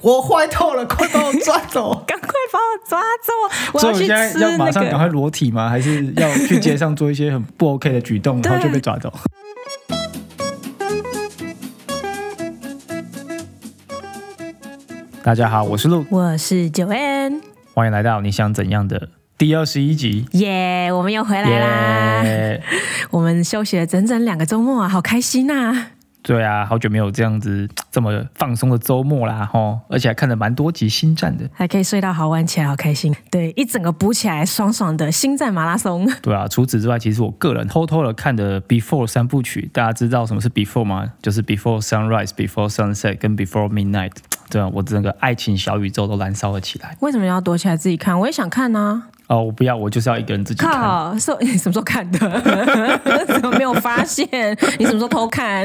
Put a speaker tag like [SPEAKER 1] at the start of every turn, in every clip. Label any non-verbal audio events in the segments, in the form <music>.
[SPEAKER 1] 我坏透了，快把我抓走！
[SPEAKER 2] 赶快把我抓走！
[SPEAKER 3] 所
[SPEAKER 2] 我
[SPEAKER 3] 以我
[SPEAKER 2] 去
[SPEAKER 3] 现在
[SPEAKER 2] 吃
[SPEAKER 3] 要马
[SPEAKER 2] 那
[SPEAKER 3] 上赶
[SPEAKER 2] 个。
[SPEAKER 3] 快裸体吗？还是要去街上做一些很不 OK 的举动，
[SPEAKER 2] <laughs>
[SPEAKER 3] 然后就被抓走？大家好，我是陆，
[SPEAKER 2] 我是九 N，
[SPEAKER 3] 欢迎来到你想怎样的第二十一集。
[SPEAKER 2] 耶我们又回来啦
[SPEAKER 3] 耶
[SPEAKER 2] 我们休息了整整两个周末啊，好开心呐、
[SPEAKER 3] 对啊，好久没有这样子这么放松的周末啦，吼！而且还看了蛮多集星战的。
[SPEAKER 2] 还可以睡到好晚起来，好开心。对，一整个补起来，爽爽的星战马拉松。
[SPEAKER 3] 对啊，除此之外，其实我个人偷偷的看的《Before》三部曲，大家知道什么是《Before》吗？就是《Before Sunrise》、《Before Sunset》跟《Before Midnight》。对啊，我整个爱情小宇宙都燃烧了起来。
[SPEAKER 2] <laughs> 为什么要躲起来自己看？我也想看啊！
[SPEAKER 3] 哦，我不要，我就是要一个人自己看。
[SPEAKER 2] 靠，是你什么时候看的？ <laughs> 怎么没有发现？你什么时候偷看？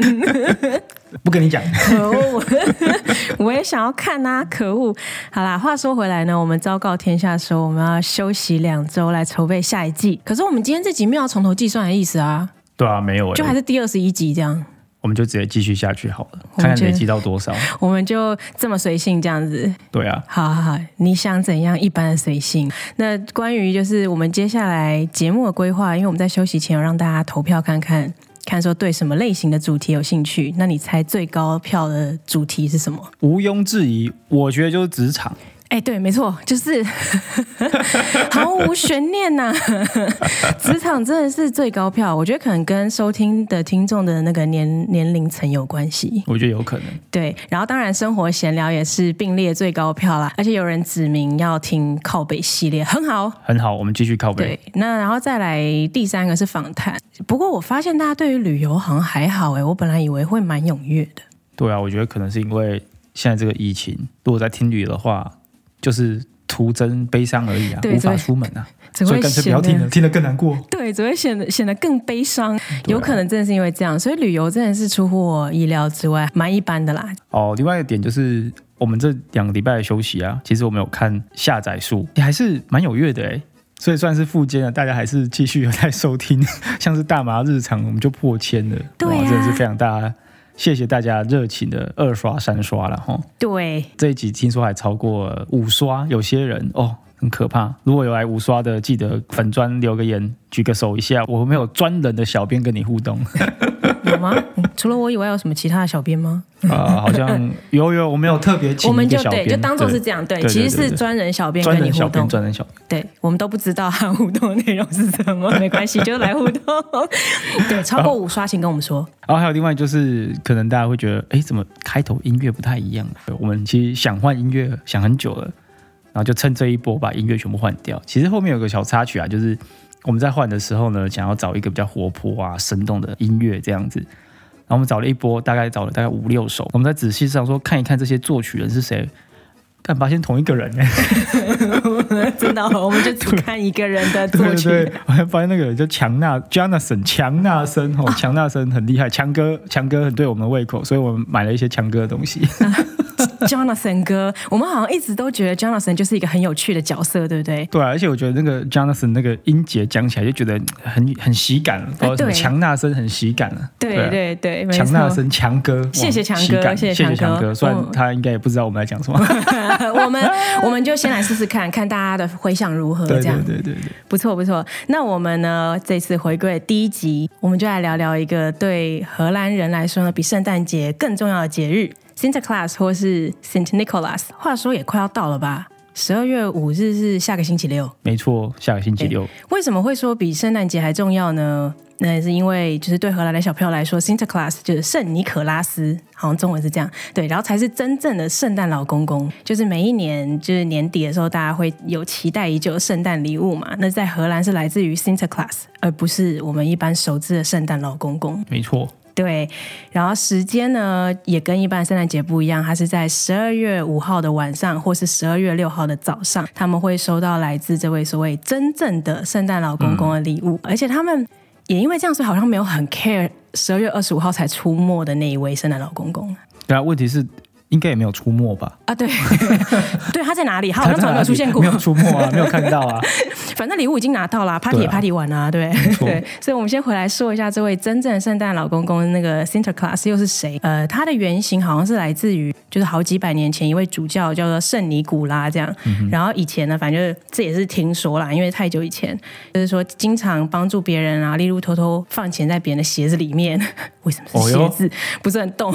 [SPEAKER 3] <laughs> 不跟你讲，
[SPEAKER 2] 可恶！ <laughs> 我也想要看啊！可恶！好啦，话说回来呢，我们昭告天下说我们要休息两周来筹备下一季。可是我们今天这集没有要从头计算的意思啊，
[SPEAKER 3] 对啊，没有哎、
[SPEAKER 2] 就还是第二十一集这样，
[SPEAKER 3] 我们就直接继续下去好了，
[SPEAKER 2] 我们
[SPEAKER 3] 看看
[SPEAKER 2] 觉得
[SPEAKER 3] 累积到多少。
[SPEAKER 2] 我们就这么随性这样子。
[SPEAKER 3] 对啊，
[SPEAKER 2] 好好好，你想怎样一般的随性？那关于就是我们接下来节目的规划，因为我们在休息前有让大家投票看看，看说对什么类型的主题有兴趣。那你猜最高票的主题是什么？
[SPEAKER 3] 毋庸置疑，我觉得就是职场。
[SPEAKER 2] 哎，对，没错，就是 <laughs> 毫无悬念呐、职场真的是最高票，我觉得可能跟收听的听众的那个年年龄层有关系。
[SPEAKER 3] 我觉得有可能。
[SPEAKER 2] 对，然后当然生活闲聊也是并列最高票啦，而且有人指明要听靠北系列，很好。
[SPEAKER 3] 很好，我们继续靠
[SPEAKER 2] 对
[SPEAKER 3] 背。，
[SPEAKER 2] 那然后再来第三个是访谈，不过我发现大家对于旅游好像还好哎诶，我本来以为会蛮踊跃的。
[SPEAKER 3] 对啊，我觉得可能是因为现在这个疫情，如果在听旅游的话，就是徒增悲伤而已啊，
[SPEAKER 2] 对
[SPEAKER 3] 无
[SPEAKER 2] 所
[SPEAKER 3] 法
[SPEAKER 2] 以
[SPEAKER 3] 出门啊，
[SPEAKER 2] 只
[SPEAKER 3] 所
[SPEAKER 2] 会
[SPEAKER 3] 以干脆不
[SPEAKER 2] 显
[SPEAKER 3] 要听了，
[SPEAKER 2] 得
[SPEAKER 3] 听了更难过。
[SPEAKER 2] 对，只会显得显得更悲伤，
[SPEAKER 3] 对啊
[SPEAKER 2] 有可能真的是因为这样，所以旅游真的是出乎我意料之外，蛮一般的啦。
[SPEAKER 3] 哦，另外一点就是我们这两个礼拜的休息啊，其实我们有看下载数，也还是蛮踊跃的哎、所以算是附件了，大家还是继续有在收听， <laughs> 像是大麻日常，我们就破千了，
[SPEAKER 2] 对啊
[SPEAKER 3] 哇，真的是非常大，谢谢大家热情的二刷三刷了哈。
[SPEAKER 2] 对，
[SPEAKER 3] 这一集听说还超过呃五刷，有些人哦。很可怕！如果有来五刷的，记得粉砖留个言，举个手一下。我们有专人的小编跟你互动
[SPEAKER 2] 有吗？ <laughs> 嗯除了我以外，有什么其他的小编吗？
[SPEAKER 3] <laughs> 啊、
[SPEAKER 2] <laughs>
[SPEAKER 3] 好像有有，我们有特别请
[SPEAKER 2] 我们
[SPEAKER 3] 一个
[SPEAKER 2] 就
[SPEAKER 3] 小
[SPEAKER 2] 对，
[SPEAKER 3] 编，
[SPEAKER 2] 就当做
[SPEAKER 3] 对
[SPEAKER 2] 是这样，对，
[SPEAKER 3] 对对
[SPEAKER 2] 其
[SPEAKER 3] 对
[SPEAKER 2] 实是
[SPEAKER 3] 对
[SPEAKER 2] 专人小编
[SPEAKER 3] 专
[SPEAKER 2] 跟你
[SPEAKER 3] 人
[SPEAKER 2] 互
[SPEAKER 3] 小编，
[SPEAKER 2] 动，
[SPEAKER 3] 专人小编。
[SPEAKER 2] 对我们都不知道他互动的内容是什
[SPEAKER 3] <laughs>
[SPEAKER 2] 么，没关系，就来互动。 <laughs> 对，超过五刷，请跟我们说。 <laughs>
[SPEAKER 3] 然后还有另外就是，可能大家会觉得，哎，怎么开头音乐不太一样？我们其实想换音乐想很久了，然后就趁这一波把音乐全部换掉。其实后面有个小插曲啊，就是我们在换的时候呢，想要找一个比较活泼啊、生动的音乐这样子。然后我们找了一波，大概找了大概五六首。我们在仔细上说看一看这些作曲人是谁，但发现同一个人、欸。
[SPEAKER 2] 真的哦、我们就只看一个人的作
[SPEAKER 3] 对
[SPEAKER 2] 曲。
[SPEAKER 3] <laughs> 对对，我还发现那个人叫强纳 Jonathan 强纳森
[SPEAKER 2] 啊
[SPEAKER 3] 哦，强纳森很厉害，强哥强哥很对我们的胃口，所以我们买了一些强哥的东
[SPEAKER 2] <laughs>
[SPEAKER 3] 西。
[SPEAKER 2] Jonathan 哥，我们好像一直都觉得 Jonathan 就是一个很有趣的角色，对不对？
[SPEAKER 3] 对啊、而且我觉得那个 Jonathan 那个音节讲起来就觉得很很喜感了，包括什么
[SPEAKER 2] 对
[SPEAKER 3] 强纳森很喜感了。
[SPEAKER 2] 对
[SPEAKER 3] 啊
[SPEAKER 2] 对对，没
[SPEAKER 3] 强纳
[SPEAKER 2] 错。
[SPEAKER 3] 森强哥，哇
[SPEAKER 2] 谢谢强哥
[SPEAKER 3] 喜感
[SPEAKER 2] 谢
[SPEAKER 3] 谢
[SPEAKER 2] 谢强哥
[SPEAKER 3] 强哥。虽然
[SPEAKER 2] 嗯
[SPEAKER 3] 他应该也不知道我们在
[SPEAKER 2] <laughs>
[SPEAKER 3] 讲什么，
[SPEAKER 2] 我们我们就先来试试看，看大家的回响如何，
[SPEAKER 3] 对
[SPEAKER 2] 这
[SPEAKER 3] 对
[SPEAKER 2] 样
[SPEAKER 3] 对对对，
[SPEAKER 2] 不错不错。那我们呢，这次回归的第一集，我们就来聊聊一个对荷兰人来说呢，比圣诞节更重要的节日 ——Sinterklaas 或是 Saint Nicholas。话说也快要到了吧？十二月五日是下个星期六，
[SPEAKER 3] 没错，下个星期六
[SPEAKER 2] 为什么会说比圣诞节还重要呢？那也是因为，就是对荷兰的小朋友来说，Sinterklaas 就是圣尼可拉斯，好像中文是这样，对，然后才是真正的圣诞老公公，就是每一年就是年底的时候，大家会有期待已久的圣诞礼物嘛。那在荷兰是来自于 Sinterklaas，而不是我们一般熟知的圣诞老公公。
[SPEAKER 3] 没错，
[SPEAKER 2] 对，然后时间呢也跟一般圣诞节不一样，它是在十二月五号的晚上，或是十二月六号的早上，他们会收到来自这位所谓真正的圣诞老公公的礼物，
[SPEAKER 3] 嗯
[SPEAKER 2] 而且他们也因为这样，所以好像没有很 care 十二月二十五号才出没的那一位圣诞老公公。
[SPEAKER 3] 对啊，问题是应该也没有出没吧？
[SPEAKER 2] 啊，对， <laughs> 对，他在哪里？他好像
[SPEAKER 3] 在
[SPEAKER 2] 从来没
[SPEAKER 3] 哪
[SPEAKER 2] 有
[SPEAKER 3] 里
[SPEAKER 2] 出现过
[SPEAKER 3] 没。有出没啊，没有看到啊。
[SPEAKER 2] 反正礼物已经拿到了，party 也
[SPEAKER 3] 对啊
[SPEAKER 2] party 完了，对不
[SPEAKER 3] 错
[SPEAKER 2] <laughs> 对对，所以我们先回来说一下这位真正的圣诞老公公那个 Santa Claus 又是谁？呃，他的原型好像是来自于就是好几百年前一位主教叫做圣尼古拉这样，
[SPEAKER 3] 嗯
[SPEAKER 2] 然后以前呢，反正就是这也是听说啦，因为太久以前，就是说经常帮助别人啊，例如偷偷放钱在别人的鞋子里面， <laughs> 为什么
[SPEAKER 3] 哦
[SPEAKER 2] 是
[SPEAKER 3] 哟
[SPEAKER 2] 鞋
[SPEAKER 3] <laughs>
[SPEAKER 2] 子？不是很动，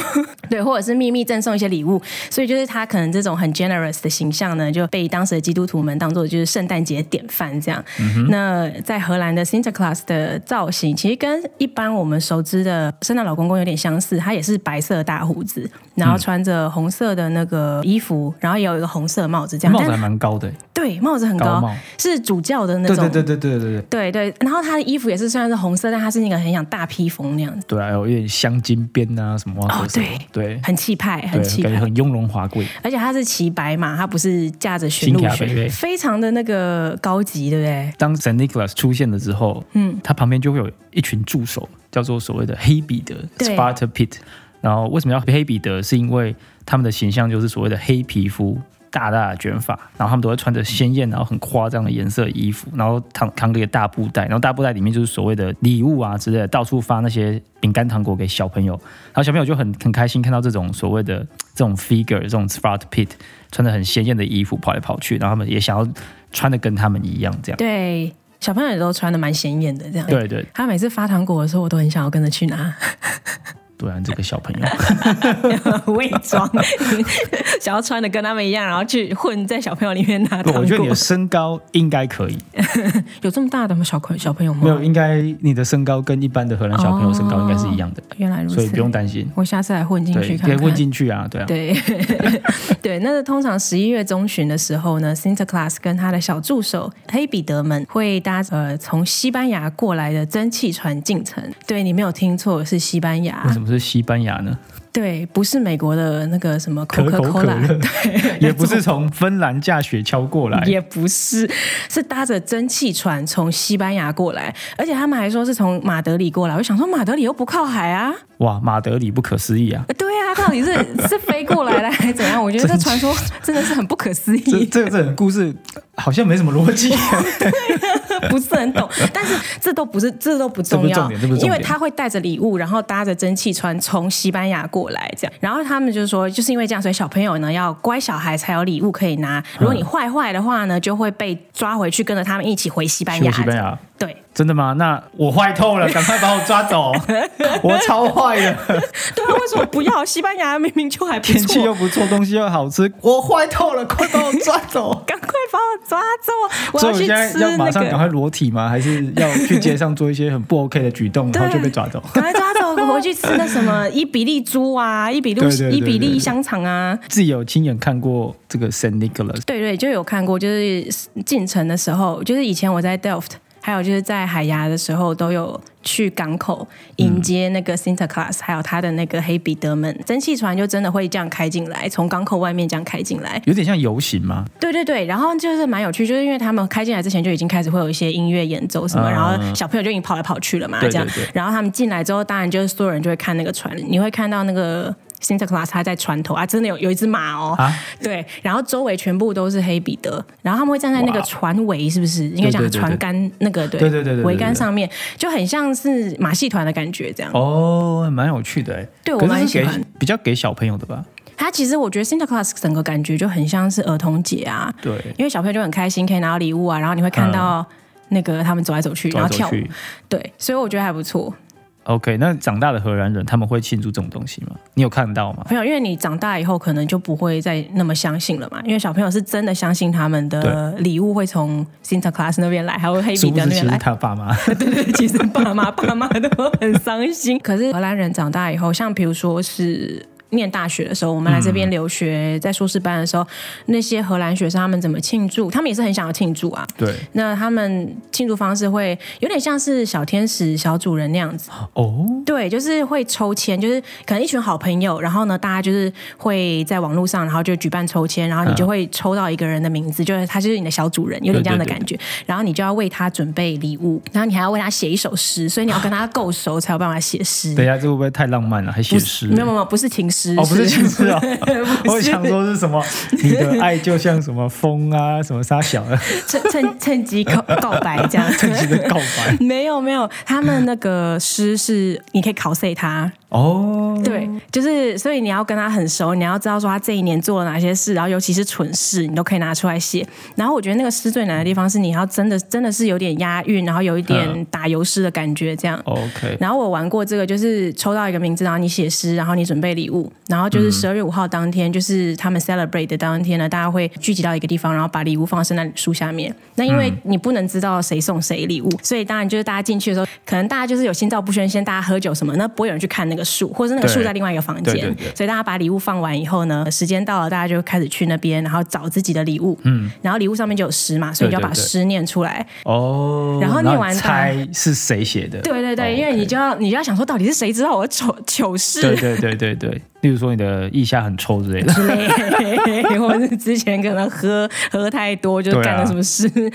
[SPEAKER 2] 对，或者是秘密赠送一些礼物，所以就是他可能这种很 generous 的形象呢，就被当时的基督徒们当做就是圣诞节典范这样。
[SPEAKER 3] 嗯
[SPEAKER 2] 那在荷兰的 Sinterklaas 的造型，其实跟一般我们熟知的圣诞老公公有点相似，他也是白色的大胡子，然
[SPEAKER 3] 嗯
[SPEAKER 2] 后穿着红色的那个衣服，然后也有一个红色的帽子 <laughs> 这样。
[SPEAKER 3] 帽子还
[SPEAKER 2] 但
[SPEAKER 3] 蛮高的欸、
[SPEAKER 2] 对，帽子很
[SPEAKER 3] 高
[SPEAKER 2] 高
[SPEAKER 3] 帽，
[SPEAKER 2] 是主教的那
[SPEAKER 3] 对
[SPEAKER 2] 种。
[SPEAKER 3] 对对对对对对
[SPEAKER 2] 对对然后他的衣服也是虽然是红色，但他是那个很像大披风那样子，
[SPEAKER 3] 对啊，有点镶金边啊什么啊
[SPEAKER 2] 哦
[SPEAKER 3] 什么的对
[SPEAKER 2] 很气派，很
[SPEAKER 3] 对，
[SPEAKER 2] 气
[SPEAKER 3] 感
[SPEAKER 2] 派
[SPEAKER 3] 觉。很雍容华贵。
[SPEAKER 2] 而且他是骑白马，他不是驾着驯鹿
[SPEAKER 3] 金甲北
[SPEAKER 2] 犬，
[SPEAKER 3] 北
[SPEAKER 2] 非常的那个高级，对不对？
[SPEAKER 3] 当 Saint Nicholas 出现了之后，嗯，他旁边就会有一群助手，叫做所谓的黑彼得
[SPEAKER 2] 对
[SPEAKER 3] （Sparta Pit）。然后为什么要黑彼得？是因为他们的形象就是所谓的黑皮肤、大大的卷发，然后他们都会穿着鲜艳然后很夸张的颜色的衣服，然后扛扛着一个大布袋，然后大布袋里面就是所谓的礼物啊之类的，到处发那些饼干糖果给小朋友。然后小朋友就很很开心看到这种所谓的这种 figure，这种 Sparta Pit 穿着很鲜艳的衣服跑来跑去，然后他们也想要穿的跟他们一样这样。
[SPEAKER 2] 对，小朋友也都穿的蛮显眼的，这样。
[SPEAKER 3] 对对
[SPEAKER 2] 他每次发糖果的时候，我都很想要跟着去
[SPEAKER 3] <laughs>
[SPEAKER 2] 拿，
[SPEAKER 3] 对啊，这个小朋友，
[SPEAKER 2] 伪装， <laughs> 想要穿的跟他们一样，然后去混在小朋友里面 <laughs> 拿
[SPEAKER 3] 不，
[SPEAKER 2] 糖
[SPEAKER 3] 我觉得你
[SPEAKER 2] 果
[SPEAKER 3] 的。身高应该可以，
[SPEAKER 2] 有这么大的吗？小朋小朋友吗？
[SPEAKER 3] 没有，应该你的身高跟一般的荷兰小朋友身高应该是一样的，
[SPEAKER 2] 原哦来如此，
[SPEAKER 3] 所以不用担心。
[SPEAKER 2] 我下次来混进
[SPEAKER 3] 对，
[SPEAKER 2] 去看
[SPEAKER 3] 可以
[SPEAKER 2] 看。
[SPEAKER 3] 混进去啊，对啊，
[SPEAKER 2] 对 <laughs> 对，那是通常十一月中旬的时候呢，Sinterklaas 跟他的小助手黑彼得们会搭呃从西班牙过来的蒸汽船进城。对你没有听错，是西班牙
[SPEAKER 3] 为，什么是西班牙
[SPEAKER 2] <laughs>
[SPEAKER 3] 呢？
[SPEAKER 2] 对，不是美国的那个什么可可
[SPEAKER 3] 口
[SPEAKER 2] 口
[SPEAKER 3] 可
[SPEAKER 2] 啦，
[SPEAKER 3] 乐，
[SPEAKER 2] 对，
[SPEAKER 3] <laughs>
[SPEAKER 2] <laughs>
[SPEAKER 3] 也不是从芬兰驾雪橇过来，
[SPEAKER 2] 也不是，是搭着蒸汽船从西班牙过来，而且他们还说是从马德里过来。我想说马德里又不靠海啊，
[SPEAKER 3] 哇，马德里不可思
[SPEAKER 2] <laughs>
[SPEAKER 3] 议啊！
[SPEAKER 2] 对啊，到底是是飞过来的还是怎样？我觉得这传说真的是很不可思议。
[SPEAKER 3] 这这这个故事好像没什么逻
[SPEAKER 2] <laughs>
[SPEAKER 3] 辑，
[SPEAKER 2] 不是很懂，但是这都不是，这都不重要，
[SPEAKER 3] 这不是重点这不是重
[SPEAKER 2] 因
[SPEAKER 3] 点
[SPEAKER 2] 为他会带着礼物，然后搭着蒸汽船从西班牙过来，
[SPEAKER 3] 嗯
[SPEAKER 2] 这样。然后他们就说，就是因为这样，所以小朋友呢要乖小孩才有礼物可以
[SPEAKER 3] 嗯
[SPEAKER 2] 拿，如果你坏坏的话呢，就会被抓回去，跟着他们一起回西班牙。
[SPEAKER 3] 去西班牙。
[SPEAKER 2] 对
[SPEAKER 3] 真的吗？那我坏透了，赶快把我抓
[SPEAKER 2] <laughs>
[SPEAKER 3] 走！我超坏的，
[SPEAKER 2] 对啊，为什么不要？西班牙明明就还不
[SPEAKER 3] 天气 <laughs>
[SPEAKER 2] 错
[SPEAKER 3] 又。不错，东西又好吃，
[SPEAKER 1] 我坏透了，快把我抓走！
[SPEAKER 2] 赶快把我抓走！我
[SPEAKER 3] 所
[SPEAKER 2] 要
[SPEAKER 3] 以我
[SPEAKER 2] 去
[SPEAKER 3] 现在
[SPEAKER 2] 吃
[SPEAKER 3] 要马
[SPEAKER 2] 那
[SPEAKER 3] 上赶快
[SPEAKER 2] 个，
[SPEAKER 3] 裸体吗？还是要去街上做一些很不 OK 的举
[SPEAKER 2] <laughs>
[SPEAKER 3] 动，然后就被抓走？
[SPEAKER 2] 赶快抓走，我回去吃那什么伊比利猪啊，伊比利
[SPEAKER 3] 对对对对
[SPEAKER 2] 伊比利
[SPEAKER 3] 对
[SPEAKER 2] 香肠啊，
[SPEAKER 3] 自己有亲眼看过这个 Saint Nicholas，
[SPEAKER 2] 对对，就有看过，就是进城的时候，就是以前我在 Delft，还有就是在海牙的时候，都有去港口迎接那
[SPEAKER 3] 嗯
[SPEAKER 2] 个 Sinterklaas，、还有他的那个黑彼得们，蒸汽船就真的会这样开进来，从港口外面这样开进来。
[SPEAKER 3] 有点像游行吗？
[SPEAKER 2] 对对对，然后就是蛮有趣，就是因为他们开进来之前就已经开始会有一些音乐演奏什么，
[SPEAKER 3] 嗯
[SPEAKER 2] 然后小朋友就已经跑来跑去了嘛，
[SPEAKER 3] 对对
[SPEAKER 2] 这样
[SPEAKER 3] 对。
[SPEAKER 2] 然后他们进来之后，当然就是所有人就会看那个船，你会看到那个 Sinterklaas 他在船头啊，真的有有一只马哦，
[SPEAKER 3] 啊， <laughs>
[SPEAKER 2] 对，然后周围全部都是黑彼得，然后他们会站在那个
[SPEAKER 3] 哇
[SPEAKER 2] 船尾，是不是？应该
[SPEAKER 3] 对
[SPEAKER 2] 讲
[SPEAKER 3] 对对
[SPEAKER 2] 船
[SPEAKER 3] 对
[SPEAKER 2] 杆那个对
[SPEAKER 3] 对对对对对
[SPEAKER 2] 桅杆
[SPEAKER 3] 对
[SPEAKER 2] 上面，就很像是马戏团的感觉这样。
[SPEAKER 3] 哦，蛮有趣的哎。
[SPEAKER 2] 对我
[SPEAKER 3] 可是
[SPEAKER 2] 蛮
[SPEAKER 3] 是
[SPEAKER 2] 喜
[SPEAKER 3] 给
[SPEAKER 2] 欢
[SPEAKER 3] 比较给小朋友的吧？
[SPEAKER 2] 它其实我觉得 Santa Claus 整个感觉就很像是儿童节啊，
[SPEAKER 3] 对，
[SPEAKER 2] 因为小朋友就很开心可以拿到礼物啊，然后你会看到那个他们走来走去，
[SPEAKER 3] 走
[SPEAKER 2] 然后
[SPEAKER 3] 来嗯走
[SPEAKER 2] 跳舞，
[SPEAKER 3] 去。
[SPEAKER 2] 对，所以我觉得还不错。
[SPEAKER 3] OK，那长大的荷兰人他们会庆祝这种东西吗？你有看到吗？
[SPEAKER 2] 朋友，因为你长大以后可能就不会再那么相信了嘛，因为小朋友是真的相信他们的礼物会从 Santa Claus 那边来，还有黑
[SPEAKER 3] 殊
[SPEAKER 2] 彼
[SPEAKER 3] 不
[SPEAKER 2] 得那
[SPEAKER 3] 知其
[SPEAKER 2] 边
[SPEAKER 3] 实
[SPEAKER 2] 来。
[SPEAKER 3] 他
[SPEAKER 2] <laughs>
[SPEAKER 3] 爸妈
[SPEAKER 2] 对对，对，其实爸妈爸妈都很伤心。 <laughs> 可是荷兰人长大以后，像比如说是。念大学的时候，我们来这边留学，在硕士班的时候，那些荷兰学生他们怎么庆祝？他们也是很想要庆祝啊。
[SPEAKER 3] 对
[SPEAKER 2] 那他们庆祝方式会有点像是小天使、小主人那样子，
[SPEAKER 3] 哦，
[SPEAKER 2] 对，就是会抽签，就是可能一群好朋友，然后呢，大家就是会在网络上，然后就举办抽签，然后
[SPEAKER 3] 嗯
[SPEAKER 2] 你就会抽到一个人的名字，就是他就是你的小主人，有点这样的感觉。然后你就要为他准备礼物，然后你还要为他写一
[SPEAKER 3] <laughs>
[SPEAKER 2] 首诗，所以你要跟他够熟才有办法写诗。
[SPEAKER 3] 等一下这会不会太浪漫了？还写诗？
[SPEAKER 2] 没有没有没有，不是情诗，，
[SPEAKER 3] 哦，不是情诗哦
[SPEAKER 2] <laughs> 不
[SPEAKER 3] 我
[SPEAKER 2] 是
[SPEAKER 3] 想说是什么？你的爱就像什么风啊，什么沙小的，
[SPEAKER 2] 趁趁趁机告告白这样，
[SPEAKER 3] 趁机的告白
[SPEAKER 2] <laughs> 没有没有，他们那个诗是你可以 cos 他，
[SPEAKER 3] 哦。
[SPEAKER 2] 对，就是所以你要跟他很熟，你要知道说他这一年做了哪些事，然后尤其是蠢事，你都可以拿出来写。然后我觉得那个诗最难的地方是，你要真的真的是有点押韵，然后有一点
[SPEAKER 3] 嗯哦
[SPEAKER 2] 打油诗的感觉这样。
[SPEAKER 3] OK，
[SPEAKER 2] 然后我玩过这个，就是抽到一个名字，然后你写诗，然后你准备礼物，然后
[SPEAKER 3] 嗯
[SPEAKER 2] 就是十二月五号当天，就是他们 celebrate 的当天呢，大家会聚集到一个地方，然后把礼物放在圣诞树下面。那因
[SPEAKER 3] 嗯
[SPEAKER 2] 为你不能知道谁送谁礼物，所以当然就是大家进去的时候，可能大家就是有心照不宣，先大家喝酒什么，那不会有人去看那个树，或者是那个树
[SPEAKER 3] 对
[SPEAKER 2] 在另外一个房
[SPEAKER 3] 对
[SPEAKER 2] 间，
[SPEAKER 3] 对对
[SPEAKER 2] 所以大家把礼物放完以后呢，时间到了，大家就开始去那边，然后找自己的礼物，嗯，然后礼物上面就有诗嘛，所以你就要
[SPEAKER 3] 对对
[SPEAKER 2] 把
[SPEAKER 3] 对
[SPEAKER 2] 诗念出来。
[SPEAKER 3] 哦，
[SPEAKER 2] 然后念完
[SPEAKER 3] 你
[SPEAKER 2] 它
[SPEAKER 3] 猜是谁写的？
[SPEAKER 2] 对对对，
[SPEAKER 3] 哦
[SPEAKER 2] 因为
[SPEAKER 3] OK
[SPEAKER 2] 你就要你就要想说，到底是谁知道我的糗 <laughs> 糗事？
[SPEAKER 3] 对对对对对，例如说你的腋下很臭之类的，
[SPEAKER 2] 对， <laughs> 或者是之前可能喝喝太多，就是
[SPEAKER 3] 对啊
[SPEAKER 2] 干了什么事，
[SPEAKER 3] 之类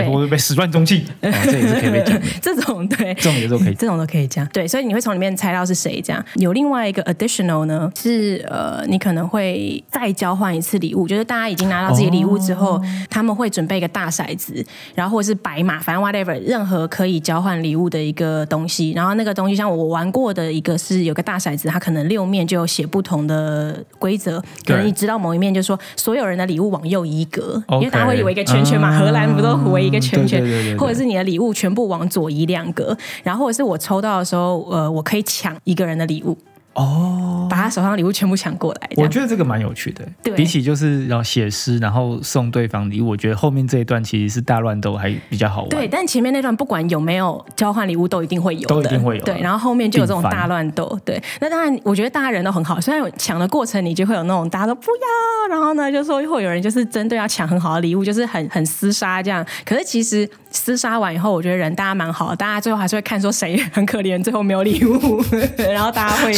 [SPEAKER 2] 对
[SPEAKER 3] 的，或者被始乱终弃，哦，这也是可以被讲的，
[SPEAKER 2] <laughs> 这种对。
[SPEAKER 3] 这种也都可以。
[SPEAKER 2] <laughs> 这种都可以这样，对，所以你会从里面猜到是谁这样。有另外一个 additional 呢，是呃，你可能会再交换一次礼物，就是大家已经拿到自己礼物之后，
[SPEAKER 3] 哦
[SPEAKER 2] 他们会准备一个大骰子，然后或者是白马，反正 whatever，任何可以交换礼物的一个东西。然后那个东西，像我玩过的一个是有个大骰子，它可能六面就有写不同的规则，可能
[SPEAKER 3] 对
[SPEAKER 2] 你知道某一面就说所有人的礼物往右移格因
[SPEAKER 3] OK，
[SPEAKER 2] 为大家会围一个圈圈嘛，
[SPEAKER 3] 嗯
[SPEAKER 2] 荷兰不都围一个圈圈，
[SPEAKER 3] 对对对对对
[SPEAKER 2] 或者是你的礼物全部往左移两格，然后或者是我抽到的时候，呃，我可以抢一个人的礼物，
[SPEAKER 3] 哦，
[SPEAKER 2] 把他手上的礼物全部抢过来，这
[SPEAKER 3] 我
[SPEAKER 2] 样
[SPEAKER 3] 觉得这个蛮有趣的
[SPEAKER 2] 对，
[SPEAKER 3] 比起就是要写诗然后送对方礼物，我觉得后面这一段其实是大乱斗还比较好玩。
[SPEAKER 2] 对，但前面那段不管有没有交换礼物，都一定会有的，
[SPEAKER 3] 都一定会有的
[SPEAKER 2] 对，然后后面就有这种
[SPEAKER 3] 定番
[SPEAKER 2] 大乱斗，对。那当然，我觉得大家人哦都很好，虽然有抢的过程你就会有那种大家都不要，然后呢就说会有人就是针对要抢很好的礼物，就是很很厮杀这样。可是其实厮杀完以后，我觉得人大家蛮好的，大家最后还是会看说谁很可怜，最后没有礼物， <laughs> 然后大家会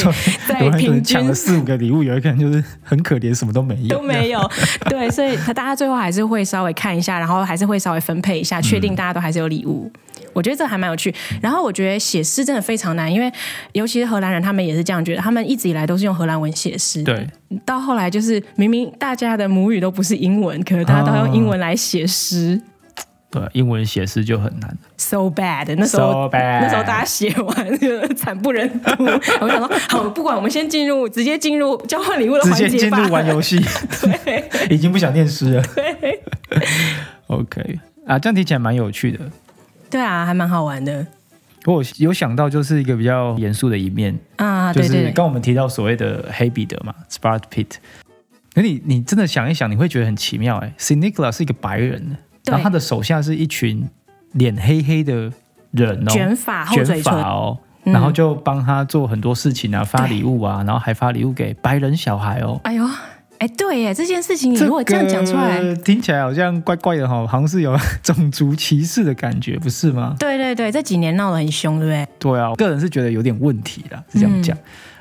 [SPEAKER 2] 在
[SPEAKER 3] <laughs> 有人可
[SPEAKER 2] 平
[SPEAKER 3] 能抢
[SPEAKER 2] 均
[SPEAKER 3] 了四五个礼物，有一个人就是很可怜，什么都没有，
[SPEAKER 2] 都没
[SPEAKER 3] <laughs>
[SPEAKER 2] 有。对，所以他大家最后还是会稍微看一下，然后还是会稍微分配一下，确
[SPEAKER 3] 嗯
[SPEAKER 2] 定大家都还是有礼物。我觉得这还蛮有趣。然后我觉得写诗真的非常难，因为尤其是荷兰人，他们也是这样觉得，他们一直以来都是用荷兰文写诗。
[SPEAKER 3] 对，
[SPEAKER 2] 到后来就是明明大家的母语都不是英文，可是大家都要用
[SPEAKER 3] 哦
[SPEAKER 2] 英文来写诗。
[SPEAKER 3] 对，英文写诗就很难。
[SPEAKER 2] So bad，那时候
[SPEAKER 3] So bad
[SPEAKER 2] 那时候大家写完就惨不忍睹。我想说，好，不管我们先进入，直接进入交换礼物的
[SPEAKER 3] 直
[SPEAKER 2] 环
[SPEAKER 3] 接进
[SPEAKER 2] 节吧。
[SPEAKER 3] 入玩游戏， <laughs> 已经不想念诗了。OK，啊，这样听起来蛮有趣的。
[SPEAKER 2] 对啊，还蛮好玩的
[SPEAKER 3] 我有想到就是一个比较严肃的一面，
[SPEAKER 2] 啊。
[SPEAKER 3] 就
[SPEAKER 2] 对对
[SPEAKER 3] 是
[SPEAKER 2] 对
[SPEAKER 3] 刚我们提到所谓的黑彼得嘛 s p a r t Pitt。那你你真的想一想，你会觉得很奇妙哎、s i n i c l a 是一个白人，
[SPEAKER 2] 对
[SPEAKER 3] 然后他的手下是一群脸黑黑的人哦，
[SPEAKER 2] 卷发、厚
[SPEAKER 3] 卷
[SPEAKER 2] 嘴唇，嗯
[SPEAKER 3] 发哦，然后就帮他做很多事情啊，发礼物啊，然后还发礼物给白人小孩哦。
[SPEAKER 2] 哎呦，哎，对耶，这件事情你如果这样讲出来，
[SPEAKER 3] 个听起来好像怪怪的哈，好像是有 <laughs> 种族歧视的感觉，不是吗？
[SPEAKER 2] 对对对，这几年闹得很凶，对不
[SPEAKER 3] <laughs>
[SPEAKER 2] 对？
[SPEAKER 3] 对啊，我个人是觉得有点问题啦，是这样
[SPEAKER 2] 嗯
[SPEAKER 3] 讲。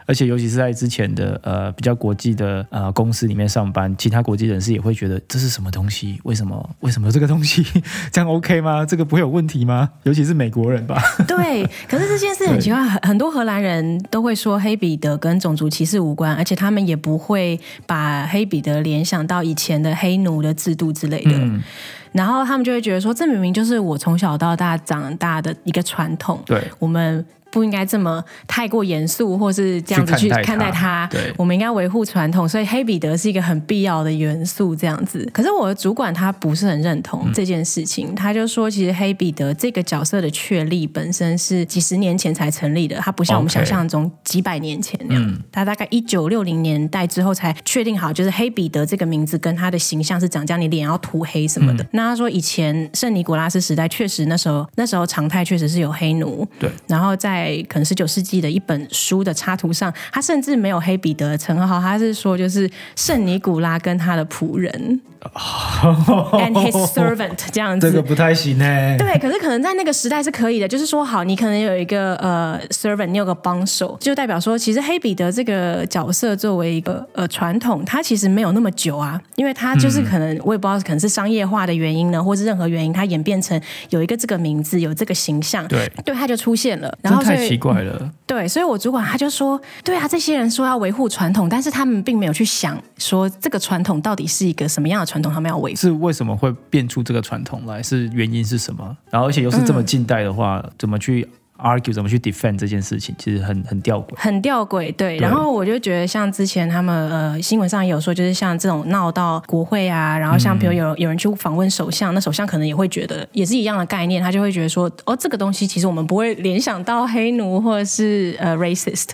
[SPEAKER 3] 而且尤其是在之前的呃比较国际的呃公司里面上班，其他国际人士也会觉得这是什么东西？为什么为什么这个东西 <laughs> 这样 OK 吗？这个不会有问题吗？尤其是美国人吧，
[SPEAKER 2] 对，可是这件事很奇怪，很很多荷兰人都会说黑彼得跟种族歧视无关，而且他们也不会把黑彼得联想到以前的黑奴的制度之类的。
[SPEAKER 3] 嗯
[SPEAKER 2] 然后他们就会觉得说，这明明就是我从小到大长大的一个传统，
[SPEAKER 3] 对
[SPEAKER 2] 我们不应该这么太过严肃，或是这样子去
[SPEAKER 3] 去看待它
[SPEAKER 2] 看待它。
[SPEAKER 3] 对
[SPEAKER 2] 我们应该维护传统，所以黑彼得是一个很必要的元素。这样子，可是我的主管他不是很认同
[SPEAKER 3] 嗯
[SPEAKER 2] 这件事情，他就说，其实黑彼得这个角色的确立本身是几十年前才成立的，他不像我们
[SPEAKER 3] OK 嗯
[SPEAKER 2] 想象中几百年前那样。他大概一九六零年代之后才确定好，就是黑彼得这个名字跟他的形象是长这样，你脸要涂黑什么
[SPEAKER 3] 嗯
[SPEAKER 2] 的。那他说以前圣尼古拉斯时代确实那时候那时候常态确实是有黑奴，
[SPEAKER 3] 对，
[SPEAKER 2] 然后在可能十九世纪的一本书的插图上，他甚至没有黑彼得的称号，他是说就是圣尼古拉跟他的仆人 <laughs>
[SPEAKER 3] 哦
[SPEAKER 2] and his servant 这样子。
[SPEAKER 3] 这个不太行欸呢、
[SPEAKER 2] 对，可是可能在那个时代是可以的，就是说，好，你可能有一个呃 servant，你有个帮手，就代表说，其实黑彼得这个角色作为一个呃传统，它其实没有那么久啊，因为它就是可能、我也不知道，可能是商业化的原原因呢，或是任何原因，它演变成有一个这个名字，有这个形象，
[SPEAKER 3] 对，
[SPEAKER 2] 对，它就出现了。然
[SPEAKER 3] 真
[SPEAKER 2] 后所
[SPEAKER 3] 太
[SPEAKER 2] 以
[SPEAKER 3] 奇怪了。
[SPEAKER 2] 对，所以我主管他就说，对啊，这些人说要维护传统，但是他们并没有去想说这个传统到底是一个什么样的传统，他们要维护。
[SPEAKER 3] 是为什么会变出这个传统来？是原因是什么？然后而且又是
[SPEAKER 2] 嗯
[SPEAKER 3] 这么近代的话，怎么去 argue，怎么去 defend 这件事情，其实很很吊诡。
[SPEAKER 2] 很吊诡，对。然后我就觉得，像之前他们呃新闻上也有说，就是像这种闹到国会啊，然后像
[SPEAKER 3] 嗯
[SPEAKER 2] 比如有有人去访问首相，那首相可能也会觉得也是一样的概念，他就会觉得说，哦，这个东西其实我们不会联想到黑奴或者是呃 racist，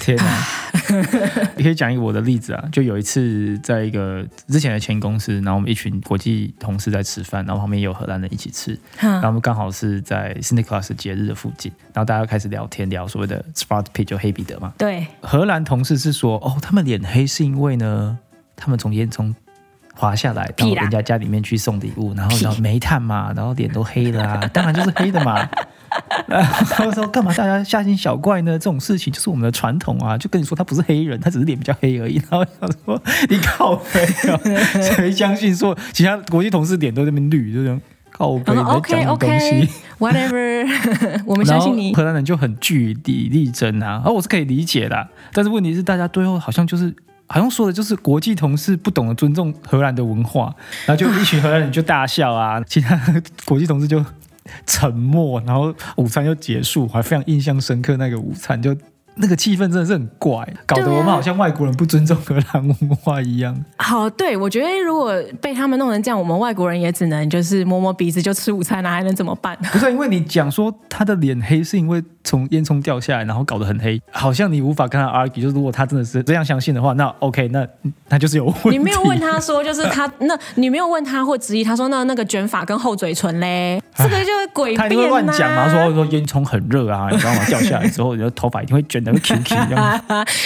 [SPEAKER 3] 天哪！ <laughs> 你可以讲一个我的例子啊，就有一次在一个之前的前公司，然后我们一群国际同事在吃饭，然后旁边也有荷兰人一起吃，然后我们刚好是在 s n i c l a s 节日的附近，然后大家开始聊天，聊所谓的 Smart Pit 就黑彼得嘛。
[SPEAKER 2] 对，
[SPEAKER 3] 荷兰同事是说，哦，他们脸黑是因为呢，他们从烟囱滑下来到
[SPEAKER 2] 屁啦
[SPEAKER 3] 人家家里面去送礼物，然后
[SPEAKER 2] 屁
[SPEAKER 3] 然后煤炭嘛，然后脸都黑了、
[SPEAKER 2] <laughs>
[SPEAKER 3] 啊，当然就是黑的嘛。 <laughs> 然后说干嘛大家吓心小怪呢？这种事情就是我们的传统啊，就跟你说他不是黑人，他只是脸比较黑而已。然后想说你靠背、
[SPEAKER 2] <laughs>
[SPEAKER 3] 啊，谁相信说其他国际同事脸都在那边绿，就这样靠背
[SPEAKER 2] 然
[SPEAKER 3] 你
[SPEAKER 2] 后 OK
[SPEAKER 3] 在讲什么东西。
[SPEAKER 2] OK whatever，我 <laughs> 们
[SPEAKER 3] 然
[SPEAKER 2] 相
[SPEAKER 3] 后
[SPEAKER 2] 信你，
[SPEAKER 3] 荷兰人就很据理力争啊，而、我是可以理解的啊，但是问题是大家最后好像就是。好像说的就是国际同事不懂得尊重荷兰的文化，然后就一群荷兰人就大笑啊， <laughs> 其他国际同事就沉默，然后午餐就结束，我还非常印象深刻那个午餐，就那个气氛真的是很怪，搞得
[SPEAKER 2] 对啊
[SPEAKER 3] 我们好像外国人不尊重荷兰文化一样。
[SPEAKER 2] 好，对我觉得如果被他们弄成这样，我们外国人也只能就是摸摸鼻子就吃午餐啦、啊还能怎么
[SPEAKER 3] <laughs>
[SPEAKER 2] 办？
[SPEAKER 3] 不是因为你讲说他的脸黑，是因为从烟囱掉下来，然后搞得很黑，好像你无法跟他 argue。就是如果他真的是这样相信的话，那 OK，那那就是有问题。
[SPEAKER 2] 你没有问他说，就是他那，你没有问他或质疑他说，那那个卷发跟厚嘴唇嘞，这个就是诡
[SPEAKER 3] <laughs> 哎他一定会
[SPEAKER 2] 辩
[SPEAKER 3] 乱讲嘛，
[SPEAKER 2] 呐、 <laughs>
[SPEAKER 3] 说说烟囱很热啊，你知道吗？掉下来之后，你的头发一定会卷的 Q Q 这样，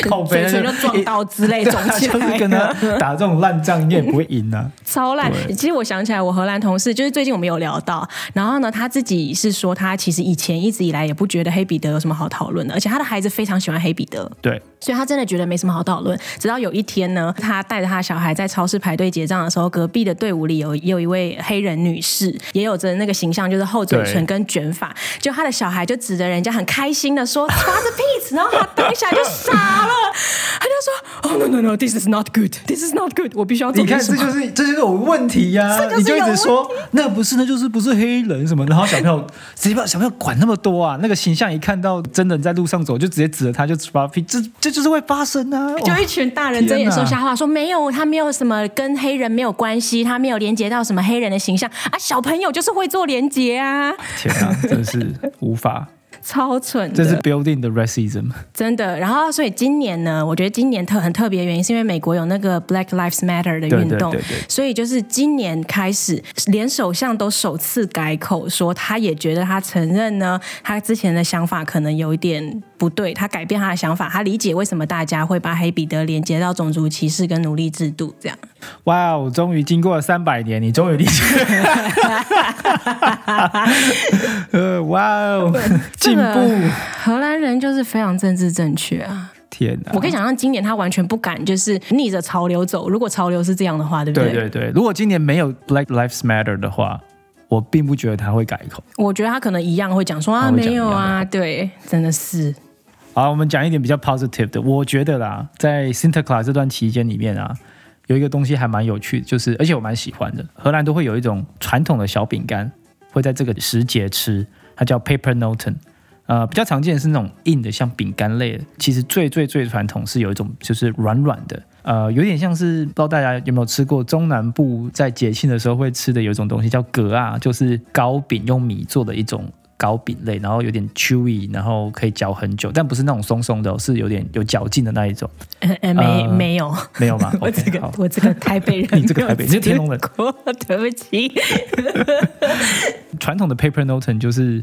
[SPEAKER 3] 靠
[SPEAKER 2] <laughs>
[SPEAKER 3] 背
[SPEAKER 2] 嘴唇就撞
[SPEAKER 3] <laughs>
[SPEAKER 2] 到之类肿起
[SPEAKER 3] 就
[SPEAKER 2] 来
[SPEAKER 3] 是 <laughs> 跟他
[SPEAKER 2] 了，
[SPEAKER 3] 打这种烂仗，你也不会赢
[SPEAKER 2] <laughs>
[SPEAKER 3] 啊。
[SPEAKER 2] 超烂
[SPEAKER 3] 对。
[SPEAKER 2] 其实我想起来，我荷兰同事就是最近我们有聊到，然后呢，他自己是说他其实以前一直以来也不觉得黑彼得有什么好讨论的，而且他的孩子非常喜欢黑彼得，
[SPEAKER 3] 对，
[SPEAKER 2] 所以他真的觉得没什么好讨论。直到有一天呢，他带着他小孩在超市排队结账的时候，隔壁的队伍里有也有一位黑人女士，也有着那个形象，就是厚嘴唇跟卷发。就他的小孩就指着人家很开心的说 “Twas a piece”，然后他当下就傻了， <laughs> 他就说：“Oh no no no，this is not good，this is not good，我必须要做
[SPEAKER 3] 你看，
[SPEAKER 2] 点什
[SPEAKER 3] 这
[SPEAKER 2] 么。”
[SPEAKER 3] 就是这就是有问题呀、
[SPEAKER 2] 这就是
[SPEAKER 3] 你就一
[SPEAKER 2] 有
[SPEAKER 3] 直
[SPEAKER 2] 问题
[SPEAKER 3] 说那不是，那就是不是黑人什么，然后小朋友直接把小朋友管那么多啊，那个形象一看到真人在路上走，就直接指着他就 s p a 这这就是会发生啊。
[SPEAKER 2] 就
[SPEAKER 3] 哇
[SPEAKER 2] 一群大人睁眼说瞎话，说没有， <laughs> 他没有什么跟黑人没有关系，他没有连接到什么黑人的形象啊，小朋友就是会做连接啊，
[SPEAKER 3] 天啊，真的是
[SPEAKER 2] <laughs>
[SPEAKER 3] 无法，
[SPEAKER 2] 超蠢的。
[SPEAKER 3] 这是 building the racism。
[SPEAKER 2] 真的，然后所以今年呢，我觉得今年特很特别的原因，是因为美国有那个 Black Lives Matter 的运动，
[SPEAKER 3] 对对对对
[SPEAKER 2] 所以就是今年开始，连首相都首次改口说，他也觉得他承认呢，他之前的想法可能有一点不对，他改变他的想法，他理解为什么大家会把黑彼得连接到种族歧视跟奴隶制度这样。
[SPEAKER 3] 哇哦，终于经过了三百年，你终于理解了。呃，哇哦，进
[SPEAKER 2] 这
[SPEAKER 3] 步！
[SPEAKER 2] 个荷兰人就是非常政治正确 <laughs> 啊，
[SPEAKER 3] 天哪
[SPEAKER 2] 我可！以想象今年他完全不敢就是逆着潮流走，如果潮流是这样的话，对不
[SPEAKER 3] 对对对，如果今年没有 Black Lives Matter 的话，我并不觉得他会改口。
[SPEAKER 2] 我觉得他可能一样会讲说啊，
[SPEAKER 3] 他会讲
[SPEAKER 2] 没有
[SPEAKER 3] 一样
[SPEAKER 2] 啊，对，真的是 <laughs>
[SPEAKER 3] 好，我们讲一点比较 positive 的。我觉得啦，在 Sinterklaas 这段期间里面啊，有一个东西还蛮有趣的，就是而且我蛮喜欢的。荷兰都会有一种传统的小饼干，会在这个时节吃，它叫 Paper Noten。呃，比较常见的是那种硬的，像饼干类的。其实最最最传统是有一种就是软软的，呃，有点像是不知道大家有没有吃过中南部在节庆的时候会吃的有一种东西叫格啊，就是糕饼用米做的一种糕饼类，然后有点 chewy，然后可以嚼很久，但不是那种松松的、哦，是有点有嚼劲的那一种，
[SPEAKER 2] 呃呃没
[SPEAKER 3] 呃
[SPEAKER 2] 没有，
[SPEAKER 3] 没
[SPEAKER 2] <laughs>
[SPEAKER 3] 有吗
[SPEAKER 2] 我
[SPEAKER 3] ？OK，
[SPEAKER 2] 这个
[SPEAKER 3] 好。
[SPEAKER 2] 我这个台北人
[SPEAKER 3] <laughs> ，你这个台北你是天龙人，
[SPEAKER 2] <laughs> 对不起，
[SPEAKER 3] 传统的 paper noten 就是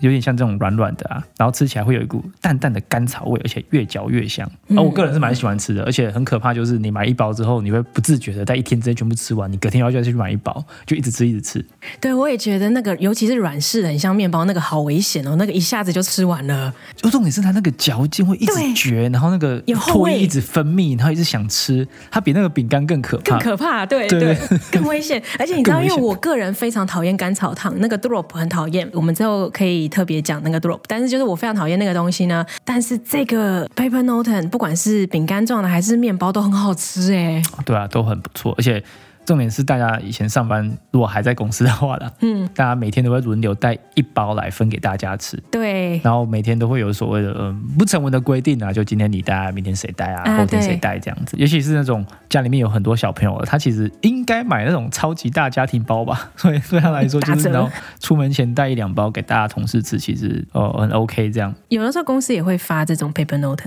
[SPEAKER 3] 有点像这种软软的啊，然后吃起来会有一股淡淡的甘草味，而且越嚼越香。而、我个人是蛮喜欢吃的，而且很可怕，就是你买一包之后，你会不自觉的在一天之内全部吃完，你隔天要再去买一包，就一直吃一直吃。
[SPEAKER 2] 对，我也觉得那个，尤其是软式的，很像面包，那个好危险哦，那个一下子就吃完了。
[SPEAKER 3] 就重点是它那个嚼劲会一直
[SPEAKER 2] 对
[SPEAKER 3] 嚼，然后那个
[SPEAKER 2] 有后
[SPEAKER 3] 唾
[SPEAKER 2] 味
[SPEAKER 3] 液一直分泌，然后一直想吃，它比那个饼干更可怕。
[SPEAKER 2] 更可怕，对
[SPEAKER 3] 对
[SPEAKER 2] 对， <laughs> 更危
[SPEAKER 3] <laughs>
[SPEAKER 2] 险。而且你知道，
[SPEAKER 3] 更危
[SPEAKER 2] 因
[SPEAKER 3] 险
[SPEAKER 2] 为我个人非常讨厌甘草糖，那个 drop 很讨厌。我们之后可以特别讲那个 drop，但是就是我非常讨厌那个东西呢。但是这个 paper noten 不管是饼干状的还是面包都很好吃哎、
[SPEAKER 3] 对啊，都很不错，而且重点是大家以前上班如果还在公司的话啦，嗯，大家每天都会轮流带一包来分给大家吃。
[SPEAKER 2] 对，
[SPEAKER 3] 然后每天都会有所谓的嗯不成文的规定啊，就今天你带啊，明天谁带啊，
[SPEAKER 2] 啊
[SPEAKER 3] 后天
[SPEAKER 2] 对
[SPEAKER 3] 谁带这样子。尤其是那种家里面有很多小朋友的，他其实应该买那种超级大家庭包吧， <laughs> 所以对他来说
[SPEAKER 2] 打
[SPEAKER 3] 就
[SPEAKER 2] 折
[SPEAKER 3] 是然后出门前带一两包给大家同事吃，其实呃很 OK 这样。
[SPEAKER 2] 有的时候公司也会发这种 paper noten，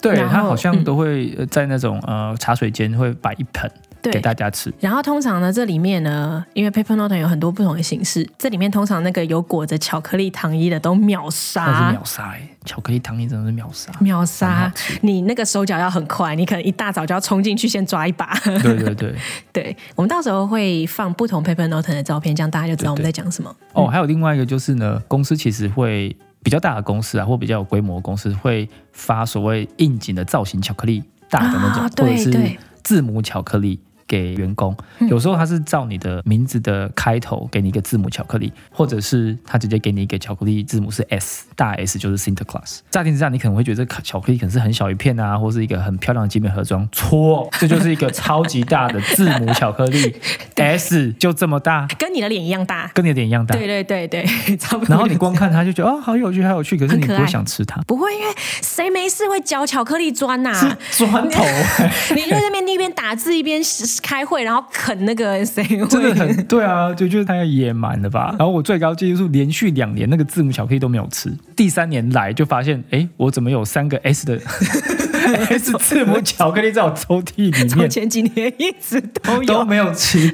[SPEAKER 3] 对
[SPEAKER 2] 然后
[SPEAKER 3] 他好像都会呃在那种呃茶水间会摆一盆
[SPEAKER 2] 对
[SPEAKER 3] 给大家吃。
[SPEAKER 2] 然后通常呢，这里面呢，因为 paper note 有很多不同的形式，这里面通常那个有裹着巧克力糖衣的都秒
[SPEAKER 3] 那是
[SPEAKER 2] 杀
[SPEAKER 3] 秒。杀欸，巧克力糖衣真的是秒
[SPEAKER 2] <laughs>
[SPEAKER 3] 杀。
[SPEAKER 2] 秒
[SPEAKER 3] 很好
[SPEAKER 2] 杀！你那个手脚要很快，你可能一大早就要冲进去先抓一把。 <laughs>
[SPEAKER 3] 对对对，
[SPEAKER 2] 对，我们到时候会放不同 paper note 的照片，这样大家就知道我们在讲什么。
[SPEAKER 3] 哦，还有另外一个就是呢，公司其实会比较大的公司啊，或比较有规模的公司会发所谓应景的造型巧克力，大的那种，
[SPEAKER 2] 啊对
[SPEAKER 3] 或者是
[SPEAKER 2] 对嗯
[SPEAKER 3] 字母巧克力。给员工，有时候他是照你的名字的开头给你一个字母巧克力，或者是他直接给你一个巧克力字母是 S，大 S 就是 Santa Claus。乍听之下，你可能会觉得这巧克力可能是很小一片啊，或是一个很漂亮的精美盒装。错，这就是一个超级大的字母巧克
[SPEAKER 2] <laughs>
[SPEAKER 3] 力 S，就这么大，
[SPEAKER 2] 跟你的脸一样大。
[SPEAKER 3] 跟你的脸一样大。
[SPEAKER 2] 对对对对， <laughs> 差
[SPEAKER 3] <laughs>
[SPEAKER 2] 不多。
[SPEAKER 3] 然后你光看它就觉得哦，好有趣，好有趣，可是你
[SPEAKER 2] 很
[SPEAKER 3] 不
[SPEAKER 2] 可
[SPEAKER 3] 会
[SPEAKER 2] 爱
[SPEAKER 3] 想吃 <laughs> 它，
[SPEAKER 2] 不会，因为谁没事会嚼巧克力砖啊呐、
[SPEAKER 3] 啊砖头，哎
[SPEAKER 2] <laughs> 你就在那边一边打字一边开会，然后啃那个谁会？
[SPEAKER 3] <laughs> 真的很对啊，就就是太野蛮了吧。然后我最高记录是连续两年那个字母巧克力都没有吃，第三年来就发现，哎，我怎么有三个 S <laughs> 的 S 字母巧克力在我抽屉里
[SPEAKER 2] 从
[SPEAKER 3] 面？
[SPEAKER 2] 前几年一直都
[SPEAKER 3] <laughs> 都
[SPEAKER 2] 有。
[SPEAKER 3] 没有 <laughs> 吃，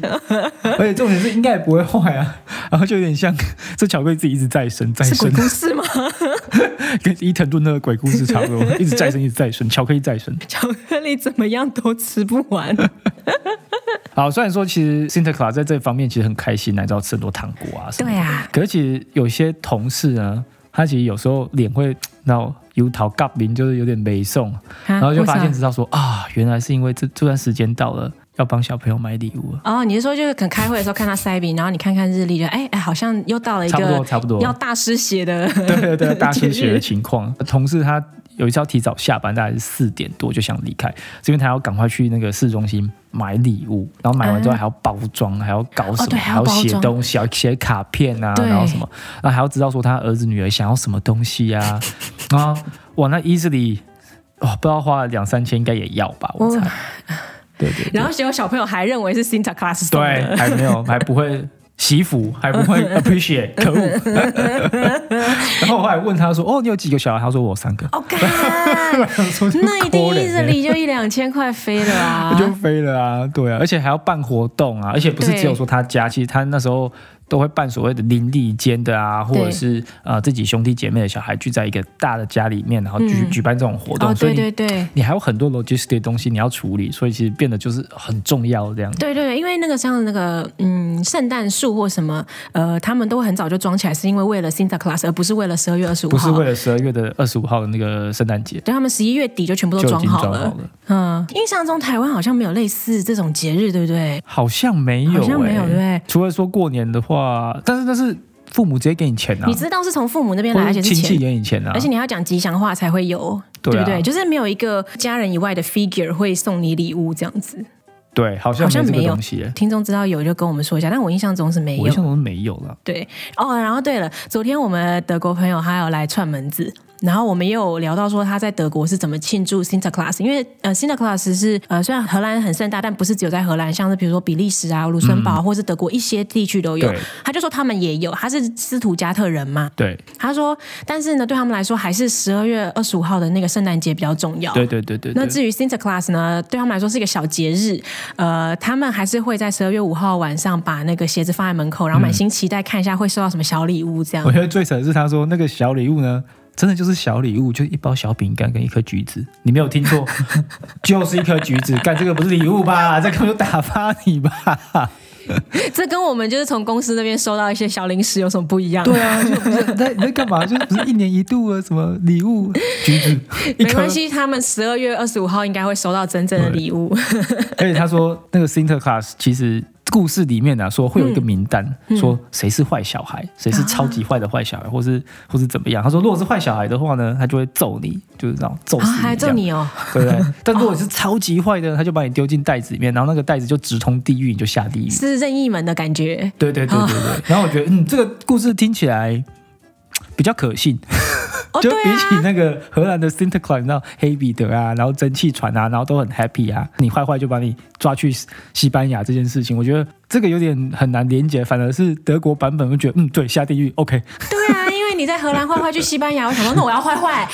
[SPEAKER 3] 而且重点是应该也不会坏啊，然后就有点像这巧克力自己一直再生再
[SPEAKER 2] 是
[SPEAKER 3] 生
[SPEAKER 2] 鬼，故事吗？
[SPEAKER 3] <laughs>
[SPEAKER 2] <laughs>
[SPEAKER 3] 跟伊藤润那个鬼故事差不多，一直再生一直再生，巧克力再生。
[SPEAKER 2] 巧克力怎么样都吃不
[SPEAKER 3] <laughs>
[SPEAKER 2] 完，
[SPEAKER 3] 好，虽然说其实 Santa Claus 在这方面其实很开心，来到吃很多糖果啊什么的。
[SPEAKER 2] 对啊，
[SPEAKER 3] 可是其实有些同事呢，他其实有时候脸会那种油桃嘎明，就是有点没送，然后就发现知道说啊，原来是因为这这段时间到了，要帮小朋友买礼物了。
[SPEAKER 2] 哦，你是说就是可能开会的时候看他塞饼，然后你看看日历就，哎哎，好像又到了一个
[SPEAKER 3] 差不多差不多
[SPEAKER 2] 要大师写的 <laughs>
[SPEAKER 3] 对对对，大失血
[SPEAKER 2] 节
[SPEAKER 3] 的
[SPEAKER 2] 日
[SPEAKER 3] 情况。同事他有一次要提早下班，大概是四点多就想离开，是因为他要赶快去那个市中心买礼物，然后买完之后还要包装，还要搞
[SPEAKER 2] 哦
[SPEAKER 3] 什么，
[SPEAKER 2] 对
[SPEAKER 3] 还
[SPEAKER 2] 还要包装
[SPEAKER 3] 写东西，还要写卡片啊，
[SPEAKER 2] 对
[SPEAKER 3] 然后什么，然后还要知道说他儿子女儿想要什么东
[SPEAKER 2] <laughs>
[SPEAKER 3] 西啊，啊，哇，那 easily，哦，不知道花了两三千，应该也要吧，
[SPEAKER 2] <laughs>
[SPEAKER 3] 我猜。
[SPEAKER 2] 哦
[SPEAKER 3] <laughs> 对对对
[SPEAKER 2] 然后结果小朋友还认为是 Santa Claus 送的
[SPEAKER 3] 对，还没有，还不会
[SPEAKER 2] <laughs>
[SPEAKER 3] 惜福，还不会 appreciate，可恶。然后我还问他说：“哦，你有几个小孩？”他说：“我有三个。
[SPEAKER 2] 哦，
[SPEAKER 3] <laughs>
[SPEAKER 2] 干，
[SPEAKER 3] 说这么
[SPEAKER 2] 那一定
[SPEAKER 3] 可怜
[SPEAKER 2] 一日里就一两千块飞了
[SPEAKER 3] 我欸 <laughs> 就
[SPEAKER 2] 啊！嗯
[SPEAKER 3] 飞了啊，对啊，而且还要办活动啊，而且不是
[SPEAKER 2] 对
[SPEAKER 3] 只有说他家，其实他那时候都会办所谓的邻里间的啊，或者
[SPEAKER 2] 对
[SPEAKER 3] 是呃自己兄弟姐妹的小孩聚在一个大的家里面，然后举、举办这种活动，
[SPEAKER 2] 哦，
[SPEAKER 3] 所以
[SPEAKER 2] 对
[SPEAKER 3] 你
[SPEAKER 2] 对对。
[SPEAKER 3] 你还有很多 logistic 的东西你要处理，所以其实变得就是很重要这样子。
[SPEAKER 2] 对对对，因为那个像那个嗯，圣诞树或什么，呃，他们都会很早就装起来，是因为为了 Santa Claus，而不是为了十二月二十五
[SPEAKER 3] 不
[SPEAKER 2] 号。
[SPEAKER 3] 是为了十二月的二十五号的那个圣诞节
[SPEAKER 2] 对他们十一月底就全部都
[SPEAKER 3] 就已
[SPEAKER 2] 装
[SPEAKER 3] 经
[SPEAKER 2] 好
[SPEAKER 3] 装
[SPEAKER 2] 了。
[SPEAKER 3] 了，
[SPEAKER 2] 嗯，印象中台湾好像没有类似这种节日，对不对？
[SPEAKER 3] 好像没有、欸，
[SPEAKER 2] 好像没有对不对
[SPEAKER 3] 除了说过年的话，但是但是父母直接给你钱啊，
[SPEAKER 2] 你知道是从父母那边
[SPEAKER 3] 或
[SPEAKER 2] 来，
[SPEAKER 3] 者
[SPEAKER 2] 而且是
[SPEAKER 3] 亲戚
[SPEAKER 2] 钱，
[SPEAKER 3] 给你钱啊，
[SPEAKER 2] 而且你还要讲吉祥话才会有，
[SPEAKER 3] 对啊
[SPEAKER 2] 不对？就是没有一个家人以外的 figure 会送你礼物这样子。
[SPEAKER 3] 对，好像
[SPEAKER 2] 好像
[SPEAKER 3] 没这
[SPEAKER 2] 没
[SPEAKER 3] 个
[SPEAKER 2] 有
[SPEAKER 3] 东西、欸。
[SPEAKER 2] 听众知道有就跟我们说一下，但我印象中是没
[SPEAKER 3] 我印
[SPEAKER 2] 哎有。
[SPEAKER 3] 象中是没有了。
[SPEAKER 2] 对哦，然后对了，昨天我们德国朋友还有来串门子，然后我们也有聊到说他在德国是怎么庆祝 Sinterklaas，因为呃 Sinterklaas 是呃虽然荷兰很盛大，但不是只有在荷兰，像是比如说比利时啊、卢森堡、或是德国一些地区都有
[SPEAKER 3] 嗯对。
[SPEAKER 2] 他就说他们也有，他是斯图加特人嘛，
[SPEAKER 3] 对
[SPEAKER 2] 他说，但是呢对他们来说还是十二月二十五号的那个圣诞节比较重要。
[SPEAKER 3] 对对对对
[SPEAKER 2] 哦那
[SPEAKER 3] 对，
[SPEAKER 2] 至于 Sinterklaas 呢，对他们来说是一个小节日，呃，他们还是会在十二月五号晚上把那个鞋子放在门口，然后
[SPEAKER 3] 嗯
[SPEAKER 2] 满心期待看一下会收到什么小礼物这样
[SPEAKER 3] 我。觉得最扯的是他说那个小礼物呢，真的就是小礼物，就一包小饼干跟一颗橘子。你没有听错，就是一颗橘子。干这个不是礼物吧？这根本就打发你吧。
[SPEAKER 2] 这跟我们就是从公司那边收到一些小零食有什么不一样？
[SPEAKER 3] 对啊，就不是那你在干嘛？就不是一年一度的什么礼物橘子，一
[SPEAKER 2] 没
[SPEAKER 3] 颗
[SPEAKER 2] 关。系，他们十二月二十五号应该会收到真正的礼物。
[SPEAKER 3] 而且他说那个 Sinterklaas 其实故事里面呢、啊、说会有一个名单，
[SPEAKER 2] 嗯
[SPEAKER 3] 说谁是坏小孩，谁是超级坏的坏
[SPEAKER 2] 啊
[SPEAKER 3] 小孩，或是或是怎么样。他说如果是坏小孩的话呢，他就会揍你，就是那种揍
[SPEAKER 2] 啊，
[SPEAKER 3] 死你这样、
[SPEAKER 2] 还揍你哦！
[SPEAKER 3] 对不对？但如果你是超级坏的，他就把你丢进袋子里面，然后那个袋子就直通地狱，你就下地狱。
[SPEAKER 2] 是任意门的感觉。
[SPEAKER 3] 对对对对
[SPEAKER 2] 啊
[SPEAKER 3] 对。 <laughs> 然后我觉得，嗯，这个故事听起来嘖比较可信，
[SPEAKER 2] 哦，
[SPEAKER 3] <laughs> 就
[SPEAKER 2] 对
[SPEAKER 3] 比起
[SPEAKER 2] 啊，
[SPEAKER 3] 那个荷兰的 Sinterklaas，你知道黑彼得啊，然后蒸汽船啊，然后都很 happy 啊，你坏坏就把你抓去西西班牙这件事情，我觉得这个有点很难连接，反而是德国版本会觉得，嗯，对，下地狱，OK。
[SPEAKER 2] 对啊，因为你在荷兰坏坏去西班牙，我想说那我要坏坏，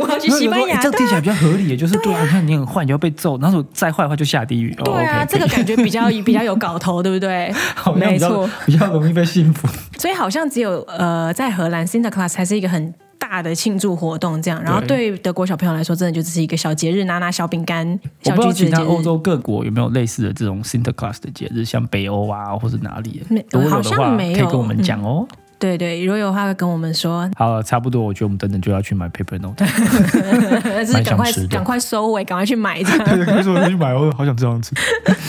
[SPEAKER 2] 我要去西
[SPEAKER 3] <laughs>
[SPEAKER 2] 班
[SPEAKER 3] 然
[SPEAKER 2] 牙。
[SPEAKER 3] 哎后有人说诶这样
[SPEAKER 2] 对
[SPEAKER 3] 听
[SPEAKER 2] 啊
[SPEAKER 3] 起来比较合理，就是对啊，你看你很坏，你就要被揍，然后再坏的话就下地狱。哦
[SPEAKER 2] 对啊，
[SPEAKER 3] ，OK，
[SPEAKER 2] 这个感觉比较比较有搞头，对不对？
[SPEAKER 3] <laughs> 好像
[SPEAKER 2] 没
[SPEAKER 3] 比较
[SPEAKER 2] 错，
[SPEAKER 3] 比较容易被幸福。
[SPEAKER 2] 所以好像只有呃，在荷兰 Sinterklaas 才是一个很大的庆祝活动这样。然后
[SPEAKER 3] 对
[SPEAKER 2] 对于德国小朋友来说，真的就只是一个小节日，拿拿小饼干、
[SPEAKER 3] 我
[SPEAKER 2] 小
[SPEAKER 3] 不知道
[SPEAKER 2] 橘子
[SPEAKER 3] 其
[SPEAKER 2] 的
[SPEAKER 3] 他
[SPEAKER 2] 节
[SPEAKER 3] 欧
[SPEAKER 2] 日。
[SPEAKER 3] 洲各国有没有类似的这种 Sinterklaas 的节日，像北欧啊，或者哪里
[SPEAKER 2] 没？
[SPEAKER 3] 如果有
[SPEAKER 2] 好
[SPEAKER 3] 的
[SPEAKER 2] 像
[SPEAKER 3] 话，可
[SPEAKER 2] 没
[SPEAKER 3] 以
[SPEAKER 2] 有
[SPEAKER 3] 跟我们讲哦。
[SPEAKER 2] 对对，如果有话跟我们说，
[SPEAKER 3] 好了，差不多，我觉得我们等等就要去买 paper note。 <laughs>
[SPEAKER 2] 呃就是
[SPEAKER 3] 蛮想
[SPEAKER 2] 赶快
[SPEAKER 3] 吃的
[SPEAKER 2] 赶快收尾，赶快去买这
[SPEAKER 3] <laughs>
[SPEAKER 2] 样。
[SPEAKER 3] 对，可以说去买，我好想这样子。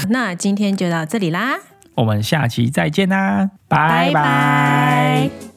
[SPEAKER 2] 那今天就到这里啦，
[SPEAKER 3] 我们下期再见啦，拜
[SPEAKER 2] 拜
[SPEAKER 3] 拜
[SPEAKER 2] 拜